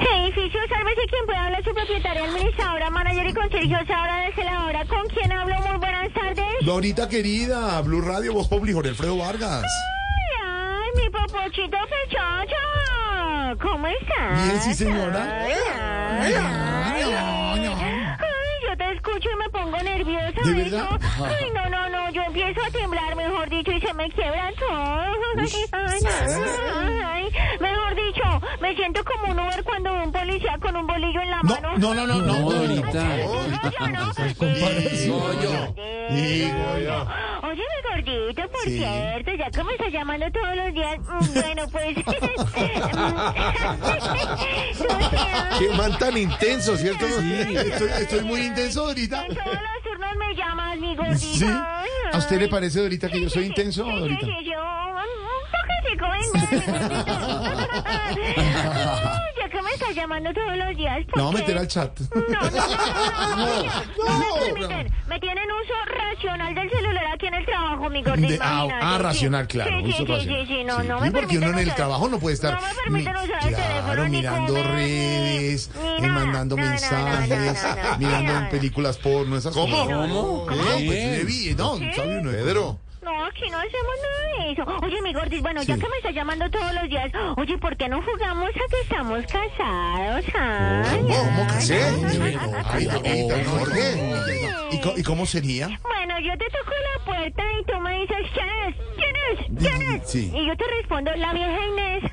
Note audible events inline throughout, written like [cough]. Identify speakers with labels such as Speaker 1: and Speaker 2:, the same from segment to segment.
Speaker 1: Hey, Fisio, sálvese quien pueda hablar, su propietaria, administradora, manager y conserje, ahora desde la hora. ¿Con quién hablo? Muy buenas tardes.
Speaker 2: Dorita querida, Blue Radio, Voz Publi, Jorge Alfredo Vargas.
Speaker 1: Ay, ay, mi popochito fechocho. ¿Cómo estás?
Speaker 2: Bien, sí, señora.
Speaker 1: Ay, ay, ay. Ay, yo te escucho y me pongo nerviosa.
Speaker 2: ¿De
Speaker 1: ¿ves,
Speaker 2: verdad?
Speaker 1: no? Ay, no, no, no, yo empiezo a temblar, mejor dicho, y se me quiebra todo.
Speaker 2: Ush.
Speaker 1: Ay, ay, ay. Mejor dicho, me siento como un Uber cuando veo un policía con un bolillo en la
Speaker 2: No,
Speaker 1: mano.
Speaker 2: no, no, no, no,
Speaker 3: No,
Speaker 2: Dorita.
Speaker 1: No,
Speaker 3: Dorita.
Speaker 1: yo no.
Speaker 2: Digo yo. Digo yo.
Speaker 1: Oye, gordito, por
Speaker 2: Sí.
Speaker 1: cierto, ya que me estás llamando todos los días, mm, bueno, pues... [laughs] mm, tú sabes,
Speaker 2: Qué man tan intenso, ¿cierto? Estoy, estoy muy intenso, Dorita.
Speaker 1: En todos los turnos me llamas, mi gordito.
Speaker 2: ¿Sí? ¿A usted le parece, Dorita, que yo soy intenso,
Speaker 1: Sí, sí,
Speaker 2: Dorita?
Speaker 1: sí, yo, mm, un toquecito, venga, mi [laughs]
Speaker 2: [laughs]
Speaker 1: gordito. Ya que me estás llamando todos los días, ¿por
Speaker 2: La vamos a
Speaker 1: qué?
Speaker 2: meter al chat.
Speaker 1: No, no, no, no, no,
Speaker 2: No,
Speaker 1: me
Speaker 2: no,
Speaker 1: permiten. Me tienen uso racional del celular aquí en el trabajo, mi gordito.
Speaker 2: De-
Speaker 1: Pues
Speaker 2: ah,
Speaker 1: imagínate,
Speaker 2: ah,
Speaker 1: sí.
Speaker 2: racional, claro.
Speaker 1: Sí, sí,
Speaker 2: uso
Speaker 1: sí,
Speaker 2: racional.
Speaker 1: sí, sí, no,
Speaker 2: Sí,
Speaker 1: no
Speaker 2: sí,
Speaker 1: me
Speaker 2: porque uno en
Speaker 1: permiten
Speaker 2: el
Speaker 1: usar-
Speaker 2: trabajo no puede estar
Speaker 1: No me permiten
Speaker 2: mi-
Speaker 1: usar el
Speaker 2: claro,
Speaker 1: teléfono ni
Speaker 2: mirando
Speaker 1: comer, ni-
Speaker 2: redes,
Speaker 1: ni
Speaker 2: eh,
Speaker 1: nada.
Speaker 2: mandando
Speaker 1: No, no, no,
Speaker 2: mensajes,
Speaker 1: no, no, no,
Speaker 2: mirando
Speaker 1: no.
Speaker 2: en películas porno, esas
Speaker 3: ¿Cómo?
Speaker 2: cosas.
Speaker 3: ¿Cómo?
Speaker 2: Eh,
Speaker 3: ¿Cómo?
Speaker 2: pues le vi, no, sabe uno, Pedro.
Speaker 1: No, aquí no hacemos nada de eso. Oye, mi gordis, bueno, ya
Speaker 2: Sí.
Speaker 1: que me estás llamando todos los días, oye, ¿por qué no jugamos a que estamos casados? Ay,
Speaker 2: ¿Cómo
Speaker 1: ay,
Speaker 2: que sé?
Speaker 1: ay, ay, ay.
Speaker 2: Ay, Dorita, no, Jorge. ¿Y, co- ¿Y cómo sería?
Speaker 1: Bueno, yo te toco la puerta y tú me dices, ¿quién es? ¿Quién es? ¿Quién es?
Speaker 2: Sí.
Speaker 1: Y yo te respondo, la vieja
Speaker 2: [laughs]
Speaker 1: Inés.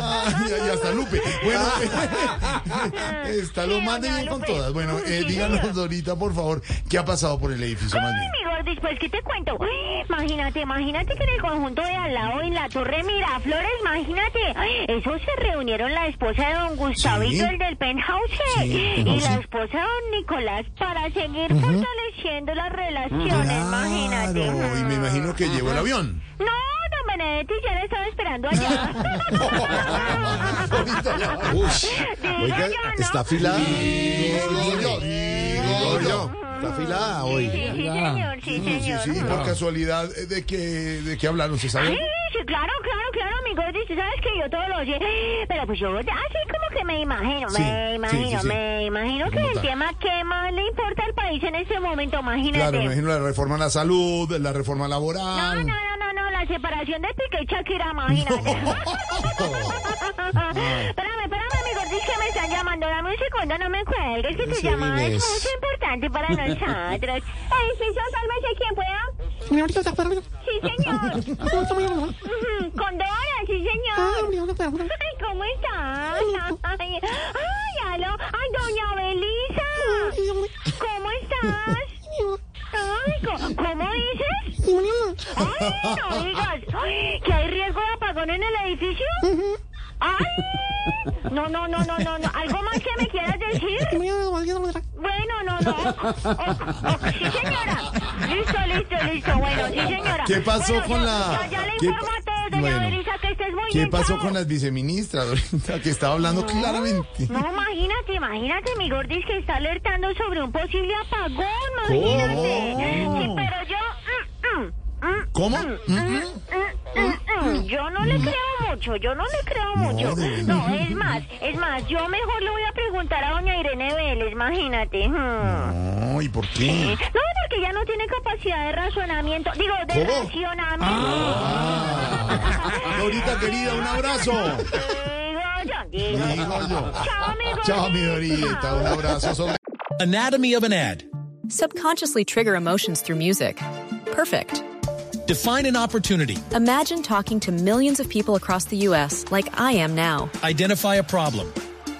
Speaker 2: Ay, ay, hasta Lupe. Bueno, [laughs] está lo
Speaker 1: Sí,
Speaker 2: más de
Speaker 1: doña
Speaker 2: bien con
Speaker 1: Lupe.
Speaker 2: todas. Bueno, eh,
Speaker 1: Sí,
Speaker 2: díganos,
Speaker 1: señor.
Speaker 2: Dorita, por favor, ¿qué ha pasado por el edificio más
Speaker 1: Ay,
Speaker 2: bien?
Speaker 1: mi gordis, pues, ¿qué te cuento? [gasps] Ay, Imagínate, imagínate que en el conjunto de al lado, en la Torre Miraflores, imagínate, ay, esos se reunieron la esposa de don Gustavito,
Speaker 2: Sí.
Speaker 1: el del penthouse,
Speaker 2: Sí,
Speaker 1: y
Speaker 2: penthouse.
Speaker 1: la esposa de don Nicolás para seguir fortaleciendo las relaciones, imagínate.
Speaker 2: Claro, y me imagino que llegó el avión.
Speaker 1: No, don Benedetti ya le estaba esperando
Speaker 2: [laughs]
Speaker 1: allá. [laughs]
Speaker 2: Dorita, ya. Ush.
Speaker 1: Digo
Speaker 2: Oiga,
Speaker 1: yo, ¿no?
Speaker 2: está afilada. Digo yo, digo yo. Está afilada
Speaker 1: Sí,
Speaker 2: hoy.
Speaker 1: sí, sí, señor, sí,
Speaker 2: Sí, sí,
Speaker 1: señor.
Speaker 2: sí, por casualidad, eh, ¿de qué, de qué hablaron? ¿Se sabe?
Speaker 1: Sí, sí, claro, claro, claro, amigo. Tú sabes que yo todo lo sé. Pero pues yo así como que me imagino,
Speaker 2: Sí,
Speaker 1: me
Speaker 2: sí,
Speaker 1: imagino,
Speaker 2: sí, sí.
Speaker 1: me imagino que
Speaker 2: ¿Cómo
Speaker 1: el
Speaker 2: tal?
Speaker 1: tema que más le importa al país en este momento, imagínate.
Speaker 2: Claro, me imagino la reforma a la salud, la
Speaker 1: No,
Speaker 2: reforma
Speaker 1: no,
Speaker 2: laboral.
Speaker 1: no, no, no, la separación de Piqué y Shakira, imagínate. [laughs] espérame, espérame, mi gordis, que me están llamando. Dame un segundo, no me cuelgues, que tu
Speaker 2: Sí,
Speaker 1: llamada es
Speaker 2: Inés.
Speaker 1: muy importante para
Speaker 2: [laughs]
Speaker 1: nosotros. Ey, sí, yo, sálvese quien pueda. Sí, señor.
Speaker 2: [laughs]
Speaker 1: [laughs] Ujú, Condora, sí, señor. Ay, ¿cómo estás? Ay, ay, aló. Ay, doña Belisa. ¿Cómo estás? Ay, co- ¿cómo dices? Ay, no digas. Ay, ¿Que hay riesgo de apagón en el edificio? Ay. No, no, no, no, no, no. ¿Algo más que me quieras decir? Bueno, no, no. O- o- sí, señora. Listo, listo, listo. Bueno, sí, señora.
Speaker 2: ¿Qué pasó
Speaker 1: Bueno,
Speaker 2: con
Speaker 1: yo- Yo
Speaker 2: la-
Speaker 1: ya le
Speaker 2: qué
Speaker 1: informo
Speaker 2: pa-
Speaker 1: a todos, doña
Speaker 2: Bueno.
Speaker 1: Belisa, que estés muy
Speaker 2: ¿Qué
Speaker 1: bien,
Speaker 2: pasó
Speaker 1: chao.
Speaker 2: con las viceministras, Dorita, que estaba hablando claramente?
Speaker 1: No, imagínate, imagínate, mi gordis que está alertando sobre un posible apagón,
Speaker 2: ¿Cómo?
Speaker 1: imagínate. Sí, pero yo... mm, mm, mm,
Speaker 2: ¿Cómo?
Speaker 1: mm, mm, mm, Yo no le creo mucho, yo no le creo mucho.
Speaker 2: de verdad.
Speaker 1: No, es más, es más, yo mejor le voy a preguntar a doña Irene Vélez, imagínate. mm.
Speaker 2: No, ¿y por
Speaker 1: No,
Speaker 2: qué?
Speaker 1: porque ya no tiene capacidad de razonamiento, digo, de
Speaker 2: ¿Cómo? Ah.
Speaker 1: racionamiento.
Speaker 2: [laughs] Dorita querida,
Speaker 1: [laughs]
Speaker 2: un abrazo.
Speaker 1: Digo yo, digo
Speaker 2: Digo yo.
Speaker 1: Chao, mi gordis.
Speaker 2: Chao, mi Dorita, un abrazo. Sobre...
Speaker 4: Anatomy of an ad.
Speaker 5: Subconsciously trigger emotions through music. Perfect.
Speaker 4: Define an opportunity.
Speaker 5: Imagine talking to millions of people across the U.S. like I am now.
Speaker 4: Identify a problem.